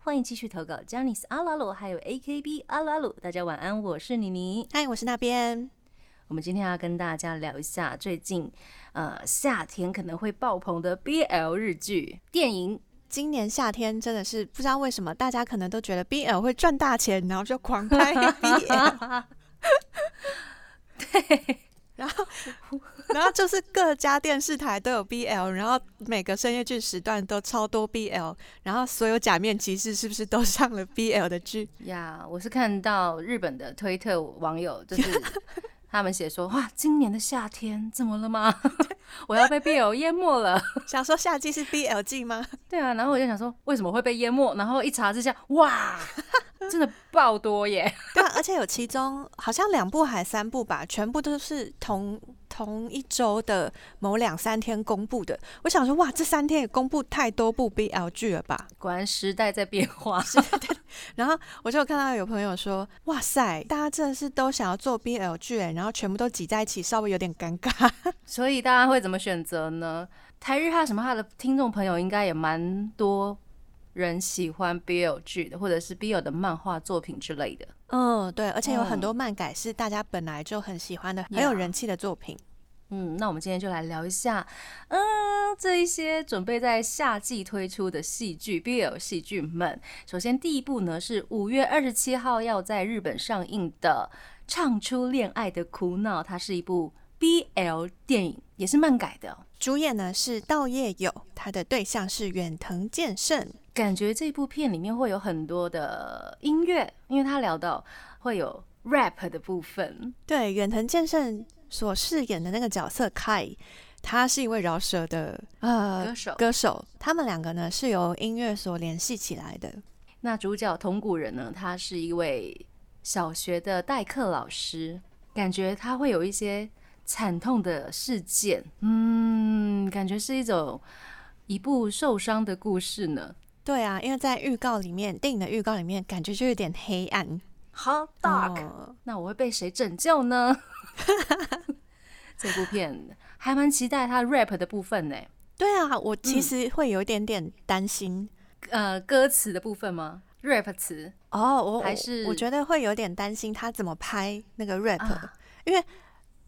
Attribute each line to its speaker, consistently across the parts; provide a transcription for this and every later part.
Speaker 1: 欢迎继续投稿 j a n i c e 阿鲁阿鲁，还有 AKB 阿鲁阿鲁。大家晚安，我是妮妮。
Speaker 2: 嗨，我是那边。
Speaker 1: 我们今天要跟大家聊一下最近，呃，夏天可能会爆棚的 BL 日剧电影。
Speaker 2: 今年夏天真的是不知道为什么，大家可能都觉得 BL 会赚大钱，然后就狂拍 BL，然后然后就是各家电视台都有 BL，然后每个深夜剧时段都超多 BL，然后所有假面骑士是不是都上了 BL 的剧？
Speaker 1: 呀我是看到日本的推特网友，就是他们写说，哇，今年的夏天怎么了吗？ 我要被 BL 淹没了。
Speaker 2: 想说夏季是 BL 季吗？
Speaker 1: 对啊，然后我就想说，为什么会被淹没？然后一查之下，哇，真的爆多耶！
Speaker 2: 对啊，而且有其中好像两部还三部吧，全部都是同同一周的某两三天公布的。我想说，哇，这三天也公布太多部 BL 剧了吧？
Speaker 1: 果然时代在变化。
Speaker 2: 然后我就有看到有朋友说，哇塞，大家真的是都想要做 BL 剧欸，然后全部都挤在一起，稍微有点尴尬。
Speaker 1: 所以大家会怎么选择呢？台日哈什么哈的听众朋友应该也蛮多人喜欢 BL 剧的，或者是 BL 的漫画作品之类的。
Speaker 2: 嗯，对，而且有很
Speaker 1: 嗯
Speaker 2: 多漫改是大家本来就很喜欢的，很有
Speaker 1: Yeah
Speaker 2: 人气的作品。
Speaker 1: 嗯，那我们今天就来聊一下，嗯，这一些准备在夏季推出的戏剧 BL 戏剧们。首先，第一部呢是五月二十七号要在日本上映的《唱出恋爱的苦恼》，它是一部 BL 电影，也是漫改的哦、
Speaker 2: 主演呢是道叶友，他的对象是远藤健胜。
Speaker 1: 感觉这部片里面会有很多的音乐，因为他聊到会有 rap 的部分，
Speaker 2: 对，远藤健胜所饰演的那个角色 Kai，他是一位饶舌的呃
Speaker 1: 歌手
Speaker 2: 歌手。他们两个呢是由音乐所联系起来的。
Speaker 1: 那主角同古人呢，他是一位小学的代课老师，感觉他会有一些惨痛的事件，嗯，感觉是一种一部受伤的故事呢。
Speaker 2: 对啊，因为在预告里面，电影的预告里面，感觉就有点黑暗。
Speaker 1: 好
Speaker 2: 哦
Speaker 1: 那我会被谁拯救呢？ 这部片还蛮期待他 rap 的部分呢，
Speaker 2: 对啊，我其实会有一点点担心。
Speaker 1: 呃，歌词的部分吗？rap 词
Speaker 2: 哦，我
Speaker 1: 还
Speaker 2: 我
Speaker 1: 是
Speaker 2: 我觉得会有点担心他怎么拍那个 rap，、
Speaker 1: 啊
Speaker 2: 因为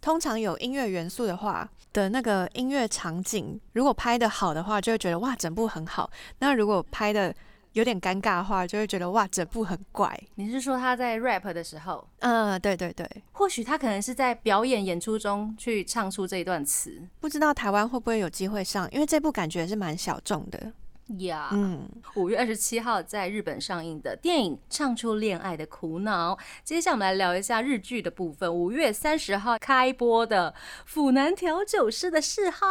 Speaker 2: 通常有音乐元素的话的那个音乐场景，如果拍的好的话，就会觉得哇整部很好；那如果拍的有点尴尬的话，就会觉得哇整部很怪。
Speaker 1: 你是说他在 rap 的时候，
Speaker 2: 嗯、对对对，
Speaker 1: 或许他可能是在表演演出中去唱出这一段词
Speaker 2: 不知道台湾会不会有机会上，因为这部感觉是蛮小众的。
Speaker 1: 呀。
Speaker 2: 嗯，
Speaker 1: 五、月二十七号在日本上映的电影《唱出恋爱的苦恼》。接下来我们来聊一下日剧的部分。五月三十号开播的《腐男调酒师的嗜好》，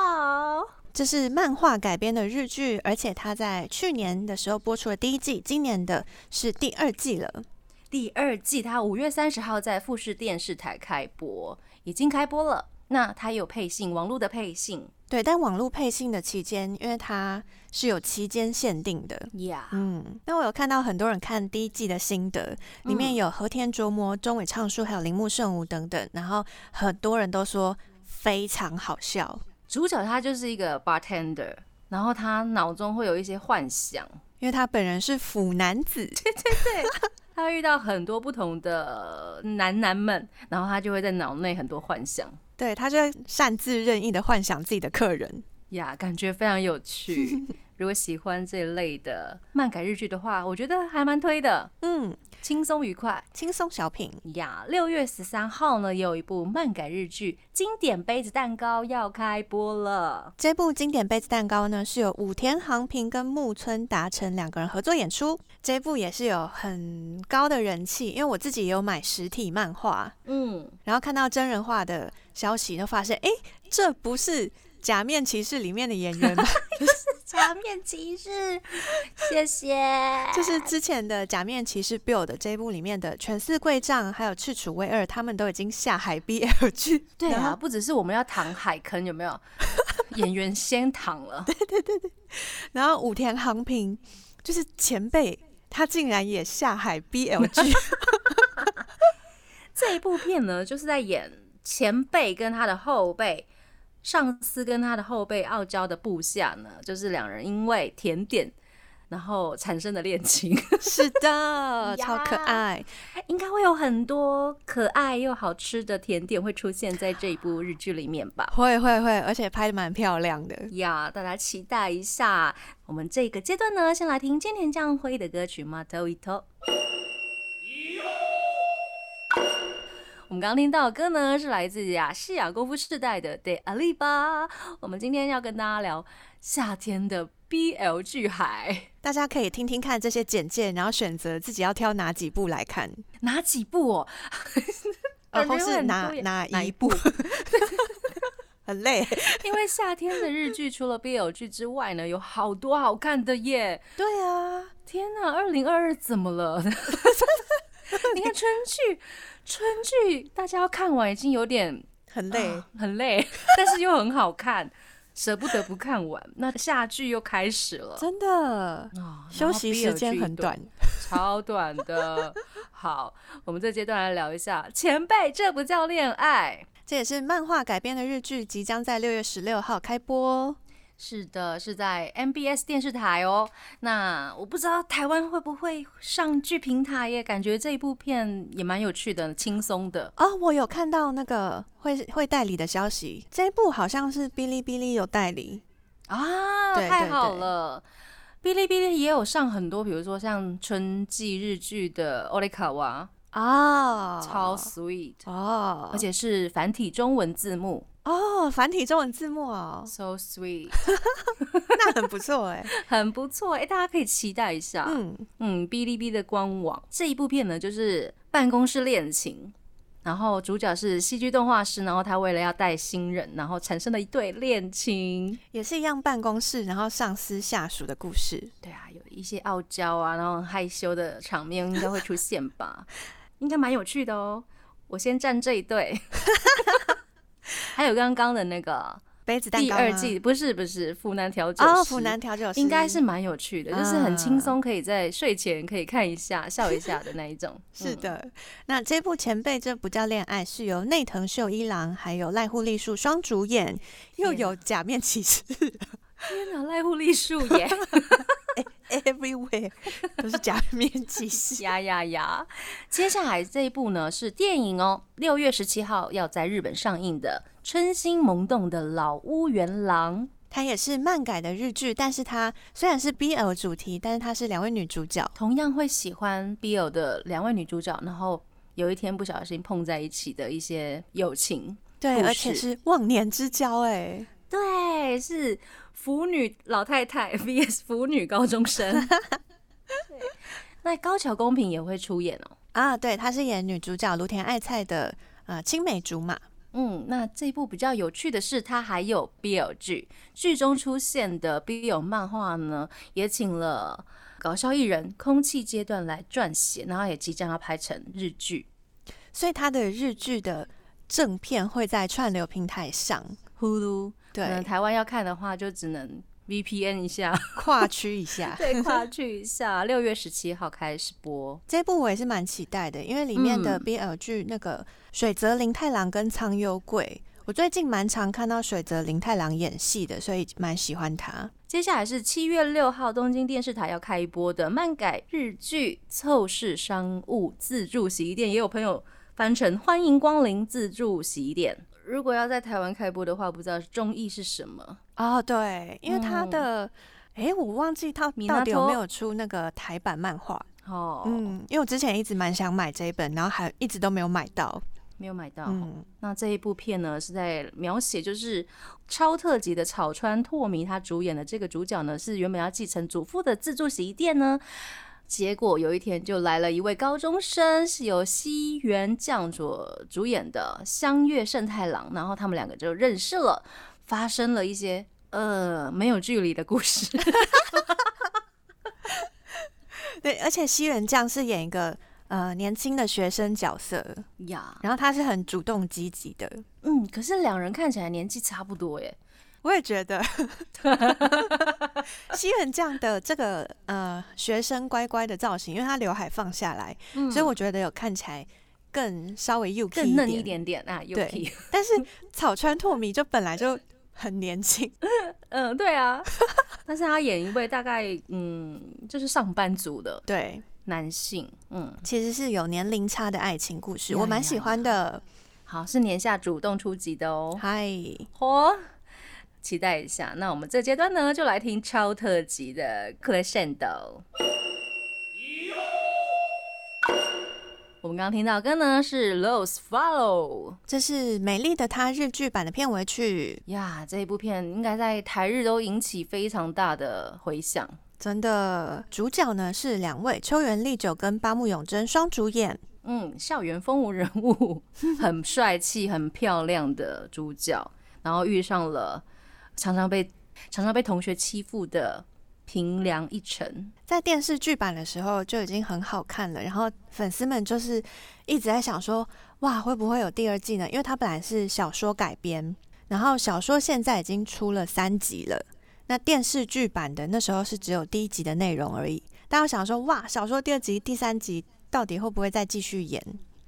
Speaker 2: 这是漫画改编的日剧，而且它在去年的时候播出了第一季，今年的是第二季了。
Speaker 1: 第二季，它五月三十号在富士电视台开播，已经开播了。那它有配信，网络的配信
Speaker 2: 对，但网络配信的期间，因为它是有期间限定的。
Speaker 1: 呀。
Speaker 2: 嗯，那我有看到很多人看第一季的心得，里面有和田琢磨、中尾畅树还有铃木圣武等等，然后很多人都说非常好笑，
Speaker 1: 主角他就是一个 bartender，然后他脑中会有一些幻想，
Speaker 2: 因为他本人是腐男子。
Speaker 1: 他会遇到很多不同的男男们，然后他就会在脑内很多幻想
Speaker 2: 对，他就会擅自任意的幻想自己的客人。
Speaker 1: 呀感觉非常有 趣。如果喜欢这类的漫改日剧的话，我觉得还蛮推的，
Speaker 2: 嗯，
Speaker 1: 轻松愉快
Speaker 2: 轻松小品。
Speaker 1: 呀。六月十三号呢，也有一部漫改日剧《经典杯子蛋糕》要开播了。
Speaker 2: 这部经典杯子蛋糕呢，是由武田航平跟木村达成两个人合作演出。这部也是有很高的人气，因为我自己也有买实体漫画，
Speaker 1: 嗯，
Speaker 2: 然后看到真人化的消息，就发现，诶，这不是《假面骑士》里面的演员吗？
Speaker 1: 假面骑士，谢谢。
Speaker 2: 就是之前的《假面骑士 Bill》的这一部里面的犬饲贵丈还有赤楚卫二，他们都已经下海 BL 剧。
Speaker 1: 对
Speaker 2: 然
Speaker 1: 啊，
Speaker 2: 后
Speaker 1: 不只是我们要躺海坑，有没 有？演员先躺了，
Speaker 2: 然后武田航平就是前辈，他竟然也下海 BL 剧。
Speaker 1: 这一部片呢，就是在演前辈跟他的后辈，上司跟他的后辈傲娇的部下呢，就是两人因为甜点，然后产生的恋情，
Speaker 2: 是的，超 可
Speaker 1: 呀
Speaker 2: 爱。
Speaker 1: 应该会有很多可爱又好吃的甜点会出现在这一部日剧里面吧。
Speaker 2: 会会会，而且拍的蛮漂亮的。
Speaker 1: 呀大家期待一下。我们这个阶段呢，先来听菅田将晖的歌曲《m a t o i t o 我们刚刚听到的歌呢，是来自雅西亚功夫世代的《De Aliba》。我们今天要跟大家聊夏天的 BL 剧海，
Speaker 2: 大家可以听听看这些简介，然后选择自己要挑哪几部来看，
Speaker 1: 哪几部哦？
Speaker 2: 呃，
Speaker 1: 感觉
Speaker 2: 或是
Speaker 1: 很
Speaker 2: 哪
Speaker 1: 多耶
Speaker 2: 哪
Speaker 1: 哪
Speaker 2: 一
Speaker 1: 一
Speaker 2: 部。 很累，
Speaker 1: 因为夏天的日剧除了 BL 剧之外呢，有好多好看的耶！
Speaker 2: 对啊，
Speaker 1: 天呐，二零二二怎么了？ 你看春剧，春剧大家要看完已经有点
Speaker 2: 很累。
Speaker 1: 啊很累，但是又很好看，舍不得不看完。那夏剧又开始了，
Speaker 2: 真的，
Speaker 1: 啊
Speaker 2: 休息时间很，
Speaker 1: 然后 BL
Speaker 2: 短
Speaker 1: 剧。超短的。好，我们这阶段来聊一下前辈，这不叫恋爱。
Speaker 2: 这也是漫画改编的日剧，即将在六月十六号开播哦。
Speaker 1: 是的，是在 MBS 电视台哦。那我不知道台湾会不会上剧平台耶，感觉这一部片也蛮有趣的，轻松的。
Speaker 2: 啊、我有看到那个会会代理的消息，这一部好像是哔哩哔哩有代理，
Speaker 1: 啊，
Speaker 2: 对
Speaker 1: 太
Speaker 2: 对
Speaker 1: 好
Speaker 2: 对
Speaker 1: 了！哔哩哔哩也有上很多，比如说像春季日剧的《奥利卡哇
Speaker 2: 啊，》，
Speaker 1: 超 sweet，、
Speaker 2: 哦，
Speaker 1: 而且是繁体中文字幕
Speaker 2: 哦，繁体中文字幕哦，
Speaker 1: ，so sweet，
Speaker 2: 那很不错 哎、
Speaker 1: 很不错哎、大家可以期待一下。
Speaker 2: 嗯，
Speaker 1: 嗯，哔哩哔哩的官网这一部片呢，就是办公室恋情，然后主角是戏剧动画师，然后他为了要带新人，然后产生了一对恋情。
Speaker 2: 也是一样办公室，然后上司下属的故事。
Speaker 1: 对啊，有一些傲娇啊，然后很害羞的场面应该会出现吧， 应该蛮有趣的哦。我先站这一对， 还有刚刚的那个
Speaker 2: 杯子蛋
Speaker 1: 第
Speaker 2: 糕
Speaker 1: 二
Speaker 2: 吗
Speaker 1: 季，不是不是腐男调酒
Speaker 2: 哦，
Speaker 1: 师
Speaker 2: 湖南调酒师
Speaker 1: 应该是嗯蛮有趣的，就是很轻
Speaker 2: 啊
Speaker 1: 松，可以在睡前可以看一下、笑一下的那一种。
Speaker 2: 是
Speaker 1: 嗯
Speaker 2: 的。那这部《前辈》这不叫恋爱，是由内藤秀一郎还有濑户丽树双主演，又
Speaker 1: 天
Speaker 2: 有假面骑士
Speaker 1: 天哪，濑户丽树耶！
Speaker 2: ，everywhere 都是假面骑士。
Speaker 1: 呀呀呀！接下来这一部呢是电影哦，六月十七号要在日本上映的《春心萌动的老屋原郎》。
Speaker 2: 它也是漫改的日剧，但是它虽然是 BL 主题，但是它是两位女主角。
Speaker 1: 同样会喜欢 BL 的两位女主角，然后有一天不小心碰在一起的一些友情。
Speaker 2: 对，
Speaker 1: 故
Speaker 2: 而且
Speaker 1: 事
Speaker 2: 是忘年之交哎、
Speaker 1: 对，是腐女老太太 VS 腐女高中生。 对，那高桥公平也会出演哦。
Speaker 2: 啊，对，她是演女主角芦田爱菜的呃青梅竹马。
Speaker 1: 嗯，那这一部比较有趣的是，它还有 BL 剧，剧中出现的 BL 漫画呢，也请了搞笑艺人空气阶段来撰写，然后也即将要拍成日剧。
Speaker 2: 所以他的日剧的正片会在串流平台上，
Speaker 1: 呼噜，
Speaker 2: 对，
Speaker 1: 可能台湾要看的话，就只能 VPN 一下，。
Speaker 2: 跨区一下
Speaker 1: 对，跨去一下。六月十七号开始播，
Speaker 2: 这部我也是蛮期待的，因为里面的
Speaker 1: 嗯
Speaker 2: BL 剧那个水泽林太郎跟苍优贵，我最近蛮常看到水泽林太郎演戏的，所以蛮喜欢他。
Speaker 1: 接下来是七月六号东京电视台要开播的漫改日剧《凑氏商务自助洗衣店》，也有朋友翻成“欢迎光临自助洗衣店”。如果要在台湾开播的话，不知道中译是什么。
Speaker 2: 哦，对，因为他
Speaker 1: 嗯
Speaker 2: 的，诶，我忘记他
Speaker 1: 米
Speaker 2: 到
Speaker 1: 纳
Speaker 2: 底有
Speaker 1: 托
Speaker 2: 没有出那个台版漫画。
Speaker 1: 哦，
Speaker 2: 嗯，因为我之前一直蛮想买这一本，然后还一直都没有买到。
Speaker 1: 没有买到。
Speaker 2: 嗯，
Speaker 1: 那这一部片呢，是在描写就是超特级的草川拓弥他主演的这个主角呢，是原本要继承祖父的自助洗衣店呢，结果有一天就来了一位高中生，是由西原将所主演的香月胜太郎，然后他们两个就认识了，发生了一些呃没有距离的故事。
Speaker 2: 对，而且西元将是演一个呃年轻的学生角色，
Speaker 1: 呀，
Speaker 2: 然后他是很主动积极的。
Speaker 1: 嗯，可是两人看起来年纪差不多耶。
Speaker 2: 我也觉得， 西元将的这个呃学生乖乖的造型，因为他刘海放下来，
Speaker 1: 嗯
Speaker 2: 所以我觉得有看起来更稍微幼
Speaker 1: 更嫩
Speaker 2: 一
Speaker 1: 一。点点啊，有
Speaker 2: 对
Speaker 1: 皮。
Speaker 2: 但是草川拓弥就本来就很年轻，
Speaker 1: 嗯，对啊。 但是他演一位大概嗯，就是上班族的
Speaker 2: 对，
Speaker 1: 男性，嗯，
Speaker 2: 其实是有年龄差的爱情故事，
Speaker 1: 呀
Speaker 2: 我蛮喜欢的。
Speaker 1: 好，是年下主动出击的哦。
Speaker 2: 嗨，
Speaker 1: 哦，期待一下。那我们这阶段呢，就来听超特级的 Crescendo。我们刚刚听到的歌呢是《Lose Follow》
Speaker 2: 这是《美丽的她》日剧版的片尾曲，
Speaker 1: 呀，这一部片应该在台日都引起非常大的回响。
Speaker 2: 真的，主角呢是两位秋元丽久跟八木永真双主演，
Speaker 1: 嗯，校园风云人物， 很帅气、很漂亮的主角，然后遇上了常常被常常被同学欺负的平良一成。
Speaker 2: 在电视剧版的时候就已经很好看了，然后粉丝们就是一直在想说，哇，会不会有第二季呢？因为它本来是小说改编，然后小说现在已经出了三集了，那电视剧版的那时候是只有第一集的内容而已，大家想说，哇，小说第二集、第三集到底会不会再继续演？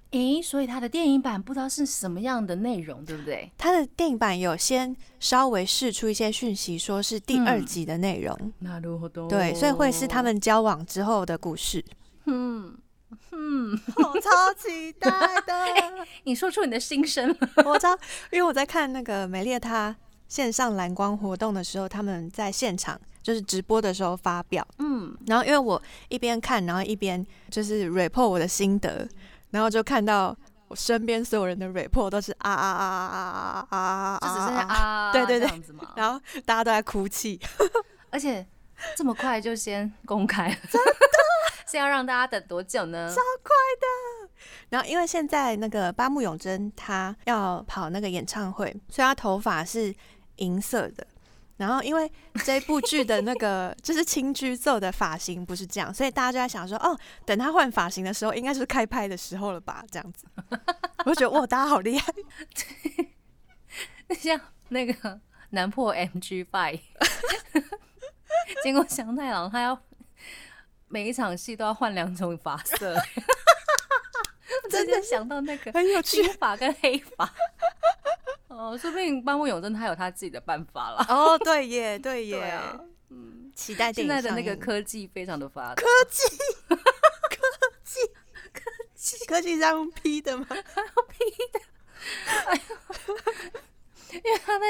Speaker 1: 诶、所以他的电影版不知道是什么样的内容，对不对？
Speaker 2: 它的电影版有先稍微试出一些讯息，说是第二
Speaker 1: 嗯
Speaker 2: 集的内容。
Speaker 1: 那如何都
Speaker 2: 对，所以会是他。们交往之后的故事。
Speaker 1: 嗯嗯，
Speaker 2: 我超期待的，
Speaker 1: 你说出你的心声了。
Speaker 2: 我超，因为我在看那个美丽她线上蓝光活动的时候，他们在现场就是直播的时候发表，
Speaker 1: 嗯，
Speaker 2: 然后因为我一边看，然后一边就是 report 我的心得，然后就看到我身边所有人的 report 都是啊啊啊啊啊啊啊啊，
Speaker 1: 就只剩下，啊，
Speaker 2: 对对
Speaker 1: 这
Speaker 2: 对
Speaker 1: 样子嘛。
Speaker 2: 然后大家都在哭泣，
Speaker 1: 而且这么快就先公开了， 是要让大家等多久呢？
Speaker 2: 然后因为现在那个八木永真他要跑那个演唱会，所以他头发是银色的。然后因为这部剧的那个 就是青居奏的发型不是这样，所以大家就在想说，哦，等他换发型的时候，应该就是开拍的时候了吧？这样子，我就觉得哇，大家好厉害，
Speaker 1: 像那个 南破 MG Five，经过香太郎，他要每一场戏都要换两种发色， 我直接想到那 个
Speaker 2: 很有趣
Speaker 1: 金发跟黑发。哦，说不定班木永真他有他自己的办法啦。
Speaker 2: 哦，对耶，对嗯耶，
Speaker 1: 对啊，
Speaker 2: 期待
Speaker 1: 现
Speaker 2: 电影
Speaker 1: 在的那
Speaker 2: 上
Speaker 1: 个
Speaker 2: 映
Speaker 1: 科技非常的发达，
Speaker 2: 科技上用 P 的吗？
Speaker 1: 因为他在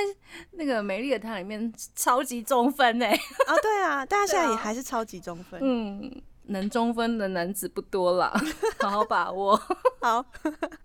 Speaker 1: 那个《美丽的她》里面超级中分哎、
Speaker 2: 啊，对啊，大家现在也还是超级中分，
Speaker 1: 嗯，能中分的男子不多 啦，好好把握。
Speaker 2: 好，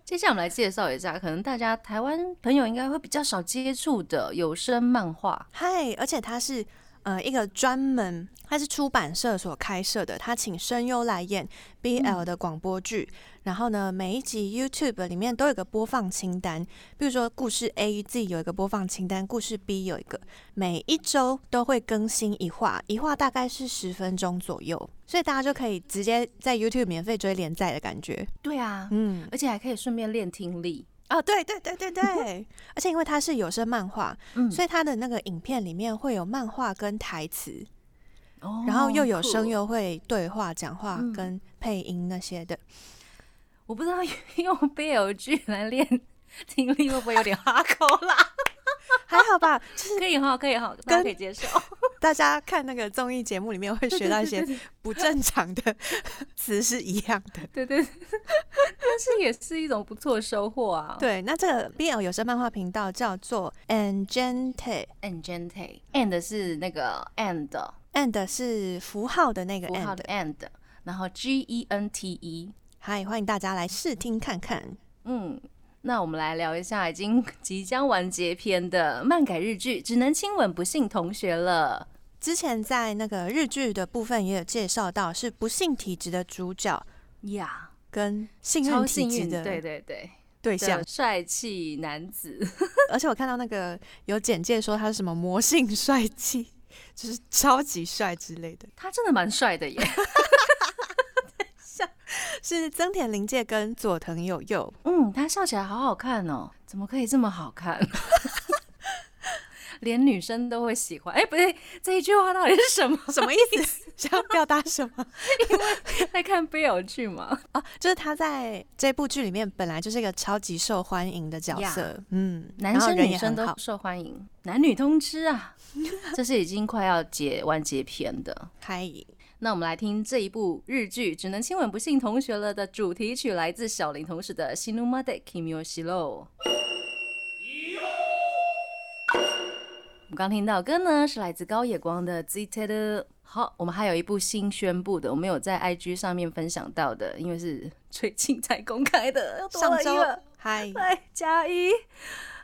Speaker 1: 接下来我们来介绍一下，可能大家台湾朋友应该会比较少接触的有声漫画。
Speaker 2: 嗨，而且它是呃一个专门，它是出版社所开设的，它请声优来演 BL 的广播剧，然后呢，每一集 YouTube 里面都有个播放清单，比如说故事 A 自己有一个播放清单，故事 B 有一个，每一周都会更新一话，一话大概是十分钟左右，所以大家就可以直接在 YouTube 免费追连载的感觉，
Speaker 1: 对啊，
Speaker 2: 嗯。
Speaker 1: 而且还可以顺便练听力。
Speaker 2: 哦，对对对对对， 而且因为它是有声漫画，
Speaker 1: 嗯
Speaker 2: 所以它的那个影片里面会有漫画跟台词，
Speaker 1: 哦
Speaker 2: 然后又有声，
Speaker 1: 酷
Speaker 2: 优会对话、讲话
Speaker 1: 嗯
Speaker 2: 跟配音那些的。
Speaker 1: 我不知道用 BL g 来练听力会不会有点哈口啦？
Speaker 2: 还好吧，就 是
Speaker 1: 可以哈，可以哈，大家可以接受。
Speaker 2: 大家看那个综艺节目里面会
Speaker 1: 啊
Speaker 2: 学到一些不正常的 词是一样的。
Speaker 1: 对对，对但是也是一种不错的收获啊。
Speaker 2: 对，那这个 BL 有声漫画频道叫做 Angente。
Speaker 1: ，and gente and 是那个 and
Speaker 2: and 是符号的那个
Speaker 1: 符号的
Speaker 2: and，
Speaker 1: and，然后 G E N T E。
Speaker 2: 嗨，欢迎大家来试听看看。
Speaker 1: 嗯，那我们来聊一下已经即将完结篇的漫改日剧《只能亲吻不幸同学》了。
Speaker 2: 之前在那个日剧的部分也有介绍到，是不幸体质的主角
Speaker 1: 呀、
Speaker 2: 跟幸
Speaker 1: 超
Speaker 2: 运体
Speaker 1: 幸
Speaker 2: 质
Speaker 1: 运
Speaker 2: 的
Speaker 1: 对对对，
Speaker 2: 对象
Speaker 1: 的，帅气男子，
Speaker 2: 而且我看到那个有简介说他是什么魔性帅气， 就是超级帅之类的，
Speaker 1: 他真的蛮帅的耶。
Speaker 2: 是增田临介跟佐藤有佑。
Speaker 1: 嗯，他笑起来好好看哦，怎么可以这么好看？ 连女生都会喜欢，哎、不对，这一句话到底是什么？
Speaker 2: 什么意思？想要表达什么？
Speaker 1: 在看 BL 剧吗？
Speaker 2: 哦，就是他在这部剧里面本来就是一个超级受欢迎的角色嗯，
Speaker 1: 男
Speaker 2: 然后
Speaker 1: 生
Speaker 2: 人
Speaker 1: 女
Speaker 2: 也
Speaker 1: 生
Speaker 2: 很
Speaker 1: 都
Speaker 2: 好
Speaker 1: 受欢迎，男女通吃啊！这是已经快要结完结篇的。
Speaker 2: 嗨，
Speaker 1: 那我们来听这一部日剧《只能亲吻不信同学了》的主题曲，来自小林同事的《Shinumade Kimi o s h i r o 我们刚听到的歌呢，是来自高野光的《Zita》的。好，我们还有一部新宣布的，我们有在 IG 上面分享到的，因为是最近才公开的，又多
Speaker 2: 上
Speaker 1: 了一
Speaker 2: 周
Speaker 1: 个
Speaker 2: 嗨，
Speaker 1: 对，加一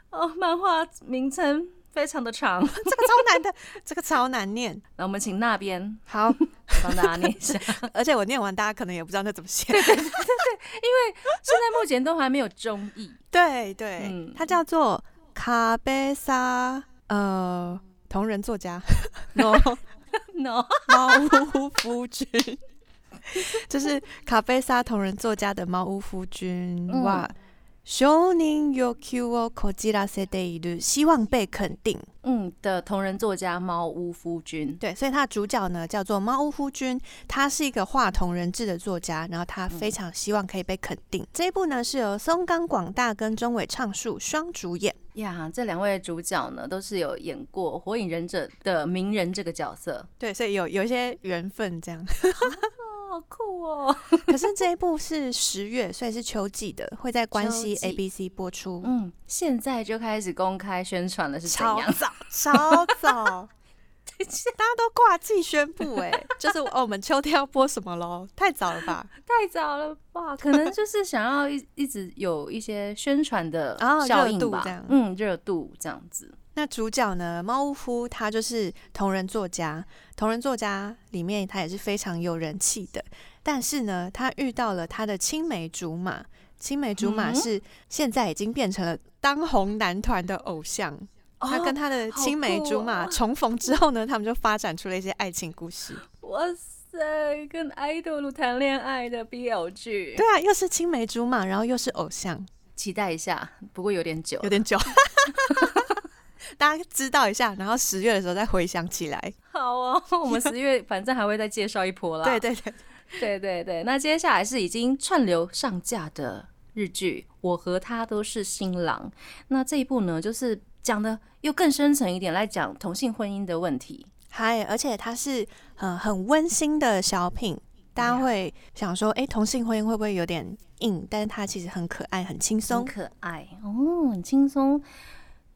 Speaker 1: 哦，漫画名称非常的长，
Speaker 2: 这个超难的，这个超难念。
Speaker 1: 那我们请那边
Speaker 2: 好，
Speaker 1: 帮大家念一 下。
Speaker 2: 而且我念完大家可能也不知道那怎么写。
Speaker 1: 现在目前都还没有中译，
Speaker 2: 对对，
Speaker 1: 嗯
Speaker 2: 它叫做卡贝莎，呃，同人作 家
Speaker 1: no no，
Speaker 2: 猫屋夫君， 就是卡贝莎同人作家的猫屋夫君。
Speaker 1: 嗯
Speaker 2: 哇，少年欲求をこじらせている，希望被肯定。
Speaker 1: 嗯的同人作家猫屋夫君，
Speaker 2: 对，所以他的主角呢叫做猫屋夫君，他是一个画同人志的作家，然后他非常希望可以被肯定。这一部呢是由松冈广大跟中尾畅树双主演。
Speaker 1: 呀这两位主角呢都是有演过《火影忍者》的鸣人这个角色，
Speaker 2: 对，所以有有一些缘分这样。
Speaker 1: 哦，好酷哦，
Speaker 2: 可是这一部是十月，所以是秋季的，会在关西
Speaker 1: 秋季
Speaker 2: ABC 播出。
Speaker 1: 嗯，现在就开始公开宣传了，是怎
Speaker 2: 超
Speaker 1: 样？
Speaker 2: 早，超早，大家都挂季宣布哎、就是哦，我们秋天要播什么喽？太早了吧？
Speaker 1: 太早了吧？可能就是想要一 一直有一些宣传的
Speaker 2: 啊
Speaker 1: 效
Speaker 2: 热
Speaker 1: 应
Speaker 2: 度
Speaker 1: 吧，
Speaker 2: 这样
Speaker 1: 嗯，哦热度这样子。
Speaker 2: 那主角呢？猫屋夫他就是同人作家，同人作家里面他也是非常有人气的。但是呢，他遇到了他的青梅竹马，青梅竹马
Speaker 1: 嗯
Speaker 2: 是现在已经变成了当红男团的偶像。他跟他的青梅竹
Speaker 1: 哦
Speaker 2: 马
Speaker 1: 好酷哦
Speaker 2: 重逢之后呢，他们就发展出了一些爱情故 事。
Speaker 1: 哇塞，跟 idol 谈恋爱的 BL 剧，
Speaker 2: 对啊，又是青梅竹马，然后又是偶像，
Speaker 1: 期待一下，不过有点久
Speaker 2: 有。点久。 大家知道一下，然后十月的时候再回想起来。
Speaker 1: 好哦， 我们十月反正还会再介绍一波啦。
Speaker 2: 对对对，
Speaker 1: 对对对，那接下来是已经串流上架的日剧《我和他都是新郎》。那这一部呢，就是讲的又更深层一点，来讲同性婚姻的问题。
Speaker 2: 嗨，而且它是呃很温馨的小品，
Speaker 1: 嗯
Speaker 2: 大家会想说，哎、同性婚姻会不会有点硬？但是它其实很可爱，很轻
Speaker 1: 很
Speaker 2: 松。
Speaker 1: 可爱哦，很轻松，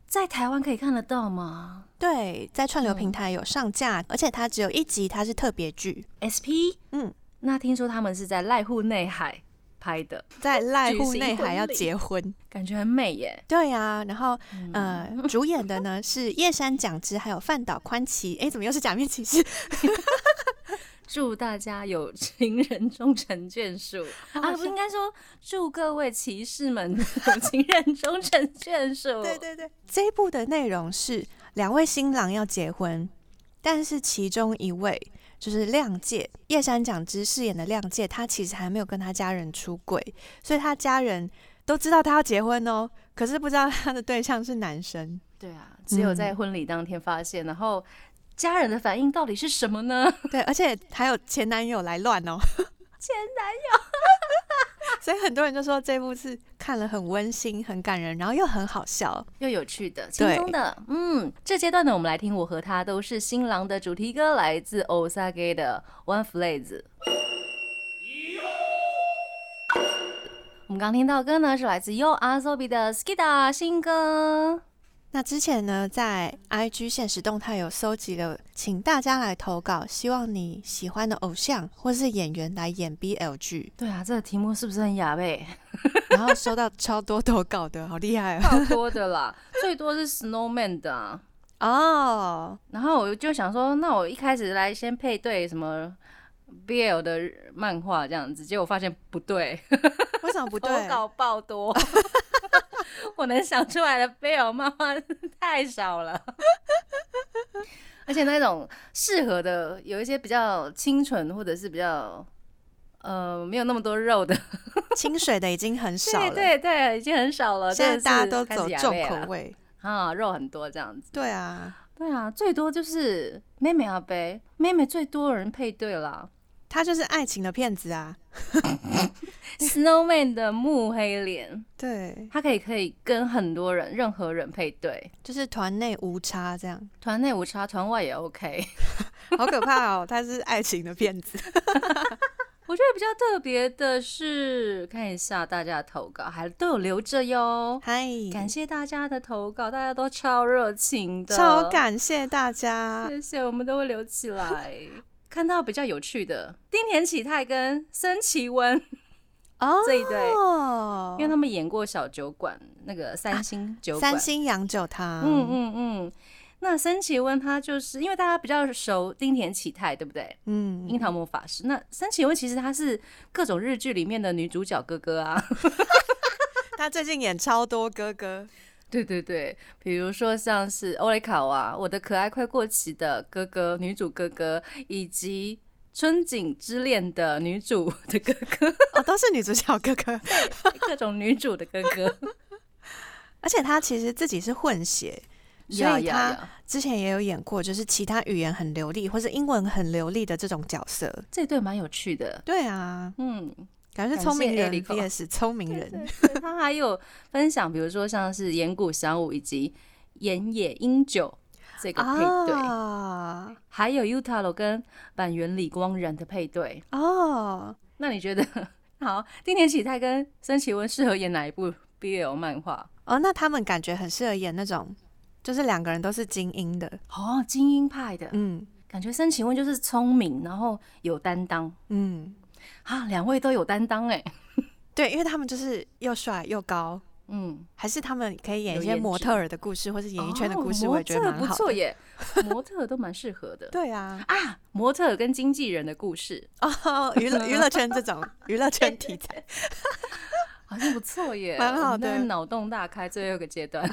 Speaker 1: 在台湾可以看得到吗
Speaker 2: 对，在串流
Speaker 1: 嗯
Speaker 2: 平台有上架，而且它只有一集，它是特别剧，
Speaker 1: ？SP，
Speaker 2: 嗯，
Speaker 1: 那听说他们是在濑户内海拍的，
Speaker 2: 在濑
Speaker 1: 举
Speaker 2: 户
Speaker 1: 行
Speaker 2: 内
Speaker 1: 婚
Speaker 2: 海要
Speaker 1: 礼
Speaker 2: 结婚。
Speaker 1: 感觉很美耶。
Speaker 2: 对呀、然后呃，
Speaker 1: 嗯
Speaker 2: 主演的呢是叶山奖之，还有饭岛宽崎。哎，怎么又是假面骑士？
Speaker 1: 祝大家有情人终成眷属啊！不应该说祝各位骑士们有情人终成眷属。
Speaker 2: 对，对对，这一部的内容是两位新郎要结婚，但是其中一位就是亮介，叶山奖之饰演的亮介，他其实还没有跟他家人出轨，所以他家人都知道他要结婚哦，可是不知道他的对象是男生。
Speaker 1: 对啊，只有在婚礼当天发现，然后家人的反应到底是什么呢？
Speaker 2: 对，而且还有前男友来乱哦。
Speaker 1: 前男
Speaker 2: 所以很多人就说这部是看了很温馨、很感人，然后又很好笑。
Speaker 1: 又有趣的、轻松的，嗯，这阶段呢，我们来听《我和他都是新郎》的主题歌，来自 Osage 的 One Phrase。我们刚听到的歌呢，是来自 Yo Asobi 的 Skida 新歌。，
Speaker 2: 那之前呢，在 IG 现实动态有搜集了，请大家来投稿，希望你喜欢的偶像或是演员来演 BL 剧
Speaker 1: 对啊，这个题目是不是很雅呗？
Speaker 2: 然后收到超多投稿的，好厉害哦！
Speaker 1: 超多的啦，最多是 Snowman 的、啊。
Speaker 2: 哦，
Speaker 1: 然后我就想说，那我一开始来先配对什么 BL 的漫画这样子，结果发现不对，
Speaker 2: 为什么不
Speaker 1: 投
Speaker 2: 对？
Speaker 1: 稿爆多。我能想出来的贝尔妈妈太少了，而且那种适合的有一些比较清纯或者是比较呃没有那么多肉的，
Speaker 2: 清水的已经很少了。
Speaker 1: 对对对，已经很少了。真的
Speaker 2: 现在
Speaker 1: 是
Speaker 2: 大家都
Speaker 1: 开始
Speaker 2: 走
Speaker 1: 亚
Speaker 2: 重
Speaker 1: 贝了
Speaker 2: 口味。
Speaker 1: 啊，肉很多这样子。
Speaker 2: 对啊，
Speaker 1: 对啊，最多就是妹妹阿贝，妹妹最多人配对 啦。
Speaker 2: 他就是爱情的骗子啊。
Speaker 1: Snowman 的木黑脸，
Speaker 2: 对，
Speaker 1: 他可以可以跟很多人、任何人配对，
Speaker 2: 就是团内无差这样，
Speaker 1: 团内无差，团外也 OK。
Speaker 2: 好可怕哦！他是爱情的骗子。
Speaker 1: 我觉得比较特别的是，看一下大家的投稿，还都有留着哟。
Speaker 2: 嗨，
Speaker 1: 感谢大家的投稿，大家都超热情的，
Speaker 2: 超感谢大家。
Speaker 1: 谢谢，我们都会留起 来。看到比较有趣的，丁田启泰跟森崎文
Speaker 2: 哦
Speaker 1: 这一对，因为
Speaker 2: 哦，啊
Speaker 1: 他们演过小酒馆，那个三星酒馆。
Speaker 2: 三星洋酒堂。
Speaker 1: 嗯嗯嗯。那森崎温他就是因为大家比较熟丁田启泰，对不对？
Speaker 2: 嗯
Speaker 1: 樱桃魔法师。那森崎温其实她是各种日剧里面的女主角哥哥啊。
Speaker 2: 他最近演超多哥哥，
Speaker 1: 对对对，比如说像是欧雷卡娃、我的可爱快过期的哥哥、女主哥哥，以及春景之恋的女主的哥哥，
Speaker 2: 哦，都是女主角哥哥。
Speaker 1: 各种女主的哥哥。
Speaker 2: 而且他其实自己是混血， 所
Speaker 1: 呀
Speaker 2: 以
Speaker 1: 呀
Speaker 2: 他
Speaker 1: 呀
Speaker 2: 之前也有演过，就是其他语言很流利或是英文很流利的这种角色。
Speaker 1: 这对蛮有趣的。
Speaker 2: 对啊，
Speaker 1: 嗯，
Speaker 2: 感觉
Speaker 1: 感
Speaker 2: 是聪明
Speaker 1: 谢
Speaker 2: 人
Speaker 1: Erico
Speaker 2: vs 聪明
Speaker 1: 对
Speaker 2: 人。
Speaker 1: 对对他还有分享，比如说像是岩谷翔武以及岩野英九这个配对，
Speaker 2: 啊，
Speaker 1: 还有 Utaro 跟板垣李光人的配对。
Speaker 2: 哦，
Speaker 1: 那你觉得 好？丁田启泰跟森崎文适合演哪一部 BL 漫画？
Speaker 2: 哦，那他们感觉很适合演那种，就是两个人都是精英的，
Speaker 1: 哦，精英派的，
Speaker 2: 嗯
Speaker 1: 感觉森崎文就是聪明，然后有担当
Speaker 2: 嗯，
Speaker 1: 啊，两位都有担当哎。
Speaker 2: 对，因为他们就是又帅又高，
Speaker 1: 嗯，
Speaker 2: 还是他们可以演
Speaker 1: 有
Speaker 2: 一些
Speaker 1: 颜
Speaker 2: 模
Speaker 1: 值
Speaker 2: 特儿的故事，或是演艺圈的
Speaker 1: 哦
Speaker 2: 故事，
Speaker 1: 模
Speaker 2: 我也觉得
Speaker 1: 特
Speaker 2: 蛮
Speaker 1: 不
Speaker 2: 好
Speaker 1: 错
Speaker 2: 的。
Speaker 1: 耶， 模特都蛮适合的。
Speaker 2: 对啊，
Speaker 1: 啊，模特跟经纪人的故事
Speaker 2: 哦，娱乐娱乐圈这种娱乐圈题材，
Speaker 1: 好像不错耶，
Speaker 2: 蛮好
Speaker 1: 我们
Speaker 2: 的
Speaker 1: 在脑洞大开最后一个阶 段，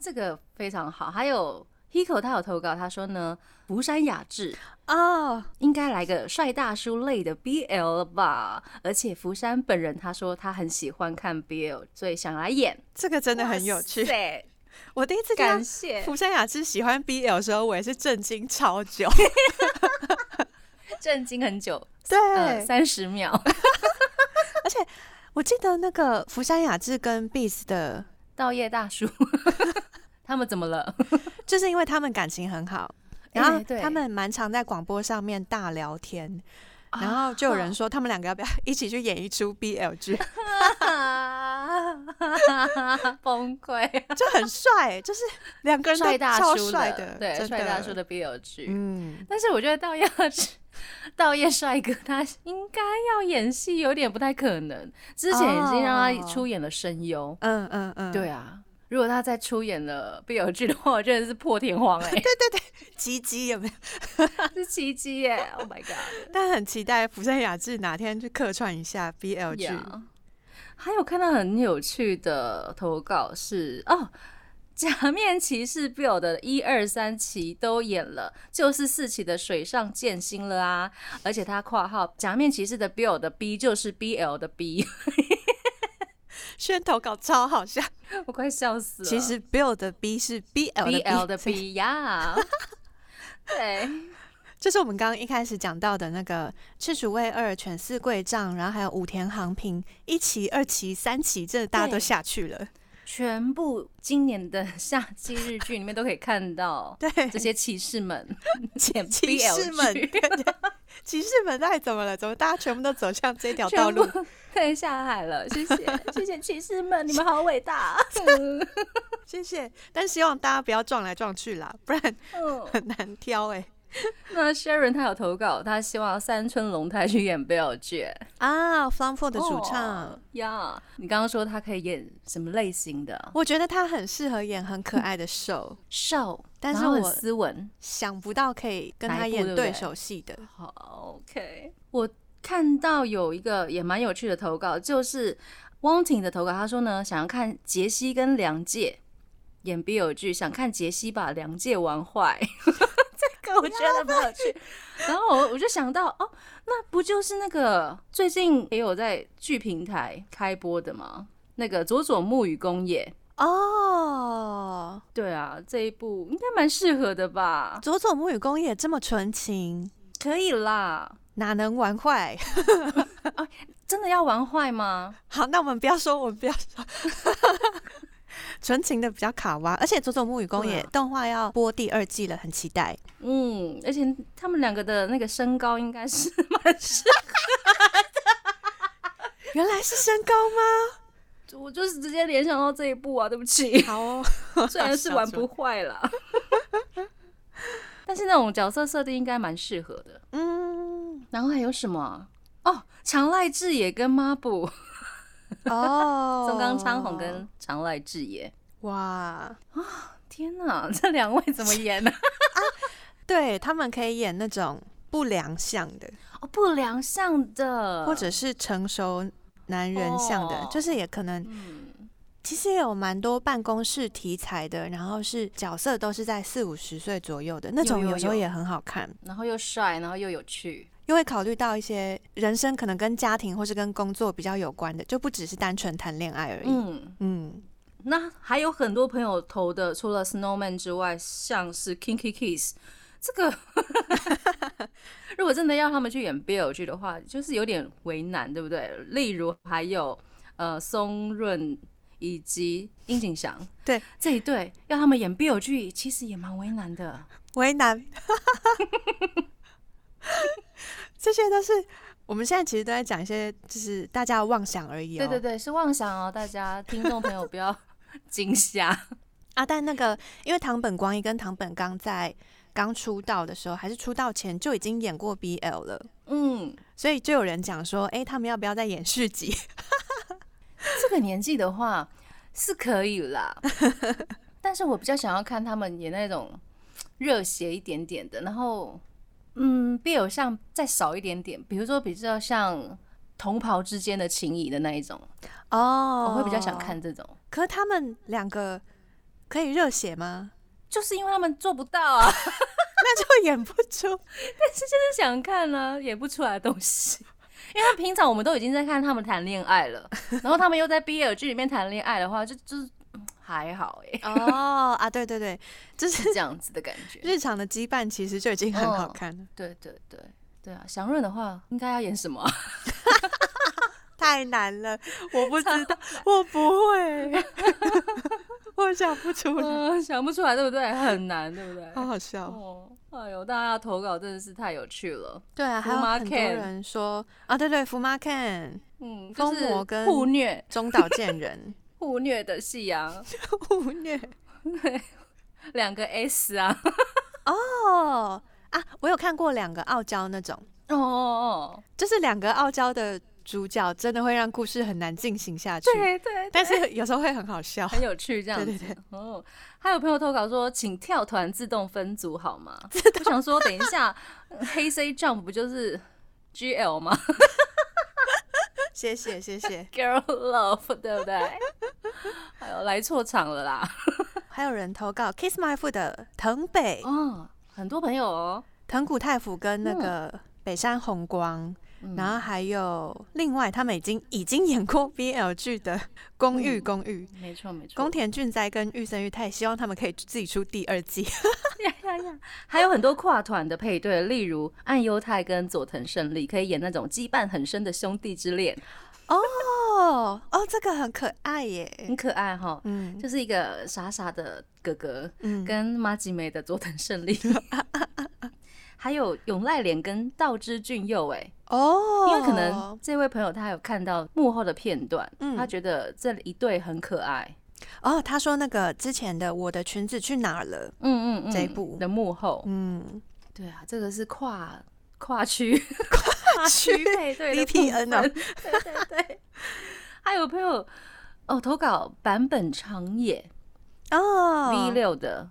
Speaker 1: 这个非常好。还有 Hiko 他有投稿，他说呢，福山雅治
Speaker 2: 哦，
Speaker 1: 应该来个帅大叔类的 BL 了吧？而且福山本人他说他很喜欢看 BL，所以想来演，
Speaker 2: 这个真的很有
Speaker 1: 哇
Speaker 2: 趣。
Speaker 1: 塞
Speaker 2: 我第一次
Speaker 1: 感
Speaker 2: 看
Speaker 1: 谢，
Speaker 2: 福山雅治喜欢 BL 的时候，我也是震惊超久。
Speaker 1: 震惊很久，呃，
Speaker 2: 对，
Speaker 1: 三十秒
Speaker 2: 我记得那个福山雅治跟 Beast 的，
Speaker 1: 道业大叔， 他们怎么了？
Speaker 2: 就是因为他们感情很好，
Speaker 1: 哎
Speaker 2: 然后
Speaker 1: 对
Speaker 2: 他们蛮常在广播上面大聊天。然后就有人说，他们两个要不要一起去演一出 BL 剧？
Speaker 1: 啊 崩溃。
Speaker 2: 就很帅，就是两个人
Speaker 1: 帅
Speaker 2: 都
Speaker 1: 大
Speaker 2: 超
Speaker 1: 叔
Speaker 2: 帅的，
Speaker 1: 对，
Speaker 2: 真
Speaker 1: 帅大叔，的 BL 剧。
Speaker 2: 嗯，
Speaker 1: 但是我觉得道业 道业帅哥他应该要演戏，有点不太可能。之前已经让他
Speaker 2: 哦
Speaker 1: 出演了声优，
Speaker 2: 嗯嗯嗯，
Speaker 1: 对啊。如果他再出演了 BL 剧的话，我真的是破天荒哎、
Speaker 2: 鸡鸡有没有？
Speaker 1: 是奇迹耶、o h my god！
Speaker 2: 但很期待福山雅治哪天去客串一下 BL 剧。
Speaker 1: Yeah 还有看到很有趣的投稿是哦， 假面骑士 Bill 的一二三期都演了，就是四期的水上剑心了啊！而且他括号假面骑士的 Bill 的 B 就是 BL 的 B，
Speaker 2: 宣投稿超好笑。
Speaker 1: 我快笑死了。
Speaker 2: 其实 Bill 的 B 是 BL 的 E
Speaker 1: BL 的 B 呀、 对，
Speaker 2: 就是我们刚刚一开始讲到的那个赤楚卫二、犬饲贵丈，然后还有武田航平，一期、二期、三期，真的大家
Speaker 1: 对
Speaker 2: 都下去了。
Speaker 1: 全部今年的夏季日剧里面都可以看到
Speaker 2: 对，
Speaker 1: 这些骑士们演
Speaker 2: 骑
Speaker 1: BL
Speaker 2: 士们，
Speaker 1: 剧
Speaker 2: 对对骑士们到底怎么了？怎么大家全部都走向这条道
Speaker 1: 全部
Speaker 2: 路？
Speaker 1: 对下海了，谢谢谢谢骑士们，你们好伟 大。啊
Speaker 2: 谢谢。但希望大家不要撞来撞去啦，不然
Speaker 1: 嗯，
Speaker 2: 很难挑哎、
Speaker 1: 那 Sharon 她有投稿，她希望三春龙太去演贝尔剧
Speaker 2: 啊 f l u m f o r 的主唱。
Speaker 1: 哦呀。你刚刚说她可以演什么类型的？
Speaker 2: 我觉得他很适合演很可爱的兽，
Speaker 1: 瘦，
Speaker 2: 但是
Speaker 1: 然后很
Speaker 2: 我
Speaker 1: 斯文。
Speaker 2: 想不到可以跟
Speaker 1: 哪
Speaker 2: 他
Speaker 1: 一部对
Speaker 2: 演
Speaker 1: 不对
Speaker 2: 对手戏的。
Speaker 1: 好，OK。我看到有一个也蛮有趣的投稿，就是 Wanting 的投稿，他说呢，想要看杰西跟梁介演 BL 剧，想看杰西把梁介玩坏。 这个我觉得蛮有趣。然后我我就想到，哦，那不就是那个最近也有在剧平台开播的吗？那个佐佐木与公也。
Speaker 2: 哦，
Speaker 1: 对啊，这一部应该蛮适合的吧？
Speaker 2: 佐佐木与公也这么纯情，
Speaker 1: 可以啦。
Speaker 2: 哪能玩坏？
Speaker 1: 真的要玩坏吗？
Speaker 2: 好，那我们不要说，我们不要说。 纯情的比较卡哇，而且《佐佐木与公
Speaker 1: 对啊
Speaker 2: 也》动画要播第二季了，很期待。
Speaker 1: 嗯，而且他们两个的那个身高应该是 蛮适
Speaker 2: 原来是身高吗？
Speaker 1: 合，我就是直接联想到这一部啊，对不 起，
Speaker 2: 好哦，
Speaker 1: 虽然是 玩不坏啦， 但是那种角色设定应该蛮适合的。
Speaker 2: 嗯，
Speaker 1: 然后还有什么啊？哦，长濑智也跟抹布，
Speaker 2: 哦，
Speaker 1: 松冈昌宏跟长濑智也，
Speaker 2: 哇，
Speaker 1: 天哪， 这两位怎么演啊呢、
Speaker 2: 对他们可以演那种不良相的，
Speaker 1: 哦，不良相的，
Speaker 2: 或者是成熟男人像的，
Speaker 1: 呃哦
Speaker 2: 就是也可能
Speaker 1: 嗯。
Speaker 2: 其实也有蛮多办公室题材的，然后是角色都是在四五十岁左右的那种，
Speaker 1: 有有
Speaker 2: 有时候
Speaker 1: 有
Speaker 2: 也很好看，
Speaker 1: 然后又帅，然后又有趣，
Speaker 2: 因为考虑到一些人生可能跟家庭或是跟工作比较有关的，就不只是单纯谈恋爱而已。
Speaker 1: 嗯，
Speaker 2: 嗯，
Speaker 1: 那还有很多朋友投的，除了 Snowman 之外，像是 Kinky Kiss 这 个，如果真的要他们去演 BL 剧的话，就是有点为难，对不对？例如还有呃松润以及樱井翔，
Speaker 2: 对
Speaker 1: 这一对要他们演 BL 剧，其实也蛮为难的。
Speaker 2: 为难， 这些都是我们现在其实都在讲一些就是大家的妄想而已、哦。
Speaker 1: 对对对，是妄想哦，大家听众朋友不要 惊吓。
Speaker 2: 啊，但那个因为唐本光一跟唐本刚在刚出道的时候，还是出道前就已经演过 BL 了，
Speaker 1: 嗯，
Speaker 2: 所以就有人讲说，哎、他们要不要再演续集？
Speaker 1: 这个年纪的话是可以啦， 但是我比较想要看他们演那种热血一点点的，然后嗯，必有像再少一点点，比如说比较像同袍之间的情谊的那一种，
Speaker 2: 哦
Speaker 1: 我会比较想。看这种，
Speaker 2: 可是他们两个可以热血 吗？
Speaker 1: 就是因为他们做不到啊，
Speaker 2: 那就演不出。
Speaker 1: 就是 想看啊，演不出来的东西。 因为他平常我们都已经在看他们谈恋爱了，然后他们又在 BL 剧里面谈恋爱的话，就就是嗯还好 哎、
Speaker 2: 哦啊，对对对，就是
Speaker 1: 是这样子的感觉。
Speaker 2: 日常的羁绊其实就已经很
Speaker 1: 哦
Speaker 2: 好看了。
Speaker 1: 对对对对啊！祥润的话，应该要演什么 啊？
Speaker 2: 太难了，我不知道，我不会， 我想不出来，
Speaker 1: 嗯，想不出来，对不对？很难，对不对？
Speaker 2: 好好笑。
Speaker 1: 哦，哎呦，大家投稿真的是太有趣了。
Speaker 2: 对啊，还有
Speaker 1: Fuma
Speaker 2: 很多
Speaker 1: Ken
Speaker 2: 人说啊，对对，福妈 Ken
Speaker 1: 嗯，就
Speaker 2: 疯魔
Speaker 1: 是
Speaker 2: 跟
Speaker 1: 互虐、
Speaker 2: 中岛健 人
Speaker 1: 互虐的夕阳，
Speaker 2: 忽略
Speaker 1: 两个 S 啊。
Speaker 2: 哦啊，我有看过两个傲娇那种，
Speaker 1: 哦哦哦，
Speaker 2: 就是两个傲娇的主角，真的会让故事很难进行下去，
Speaker 1: 对对，
Speaker 2: 但是有时候会很好笑，
Speaker 1: 很有趣这样子。
Speaker 2: 对对
Speaker 1: 哦，还有朋友投稿说，请跳团自动分组好 吗？我想说，等一下，黑 C Jump 不就是 GL 吗？
Speaker 2: 谢谢谢谢。
Speaker 1: Girl Love，对不对？ 哎呦，来错场了啦！
Speaker 2: 还有人投稿 Kiss My Foot 的藤北、
Speaker 1: 哦，很多朋友哦，
Speaker 2: 藤谷太辅跟那个北山红光。
Speaker 1: 嗯
Speaker 2: 然后还有另外，他们已经已经演过 BL 剧的《公寓公寓》
Speaker 1: 没错没错
Speaker 2: 宫，田俊哉跟玉森裕太，希望他们可以自己出第二季。
Speaker 1: 呀呀呀，还有很多跨团的配对，例如岸优太跟佐藤胜利可以演那种羁绊很深的兄弟之恋，
Speaker 2: 哦哦，这个很可爱耶。
Speaker 1: 很可爱哈。
Speaker 2: 嗯
Speaker 1: 就是一个傻傻的哥哥
Speaker 2: 嗯，
Speaker 1: 跟马吉美的佐藤胜 利，还有永濑廉跟道之俊佑，哎，
Speaker 2: 哦，
Speaker 1: 因为可能这位朋友他有看到幕后的片段，
Speaker 2: 嗯
Speaker 1: 他觉得这一对很可爱。
Speaker 2: 哦，他说那个之前的《我的裙子去哪儿了》，
Speaker 1: 嗯嗯嗯，
Speaker 2: 这一部
Speaker 1: 的幕后，
Speaker 2: 嗯，
Speaker 1: 对啊，这个是跨跨区
Speaker 2: 跨
Speaker 1: 区配对的
Speaker 2: VPN 哦
Speaker 1: 部分对对对。还有朋友哦投稿版本长野
Speaker 2: 哦
Speaker 1: V 六的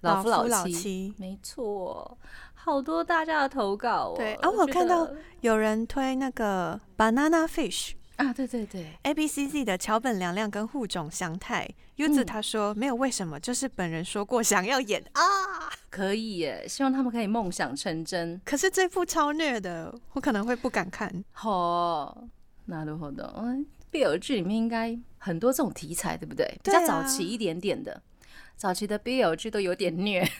Speaker 1: 老夫
Speaker 2: 老夫
Speaker 1: 老
Speaker 2: 老妻
Speaker 1: 没错，好多大家的投稿哦。
Speaker 2: 对啊我有
Speaker 1: 觉
Speaker 2: 看到
Speaker 1: 得
Speaker 2: 有人推那个 Banana Fish，
Speaker 1: 啊，对对对，
Speaker 2: A B C Z 的桥本良亮跟户冢祥太柚子
Speaker 1: 嗯
Speaker 2: 他说、没有为什么，就是本人说过想要演啊。
Speaker 1: 可以耶，希望他们可以梦想成真。
Speaker 2: 可是这部超虐的，我可能会不敢看。
Speaker 1: 哦，那如何的？嗯，BL 剧里面应该很多这种题材，对不对？比
Speaker 2: 对啊
Speaker 1: 较早期一点点的，早期的 BL 剧都有点虐。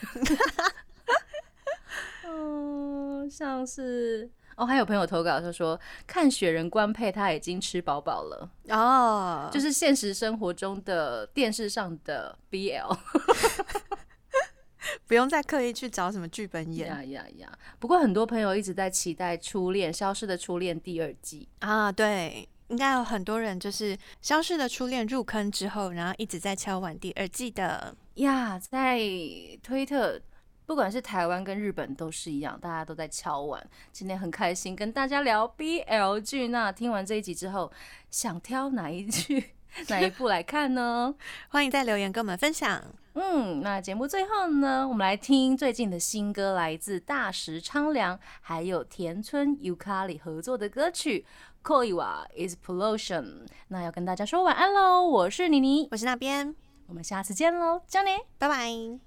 Speaker 1: 嗯，像是哦，还有朋友投稿就说看《雪人官配》，他已经吃饱饱了，
Speaker 2: 哦，
Speaker 1: 就是现实生活中的电视上的 BL。
Speaker 2: 不用再刻意去找什么剧本演
Speaker 1: 呀呀呀！不过很多朋友一直在期待《初恋消失的初恋》第二季。
Speaker 2: 啊。对，应该有很多人就是《消失的初恋》入坑之后，然后一直在敲碗第二季的。
Speaker 1: 呀在推特，不管是台湾跟日本都是一样，大家都在敲碗。今天很开心跟大家聊 BL 剧，那听完这一集之后，想挑哪一剧、 哪一部来看呢？
Speaker 2: 欢迎在留言跟我们分享。
Speaker 1: 嗯，那节目最后呢，我们来听最近的新歌，来自大石昌良还有田村 Yukari 合作的歌曲《Koiwa Is Pollution》。那要跟大家说晚安喽，我是妮妮，
Speaker 2: 我是那边，
Speaker 1: 我们下次见喽，加你。
Speaker 2: 拜拜。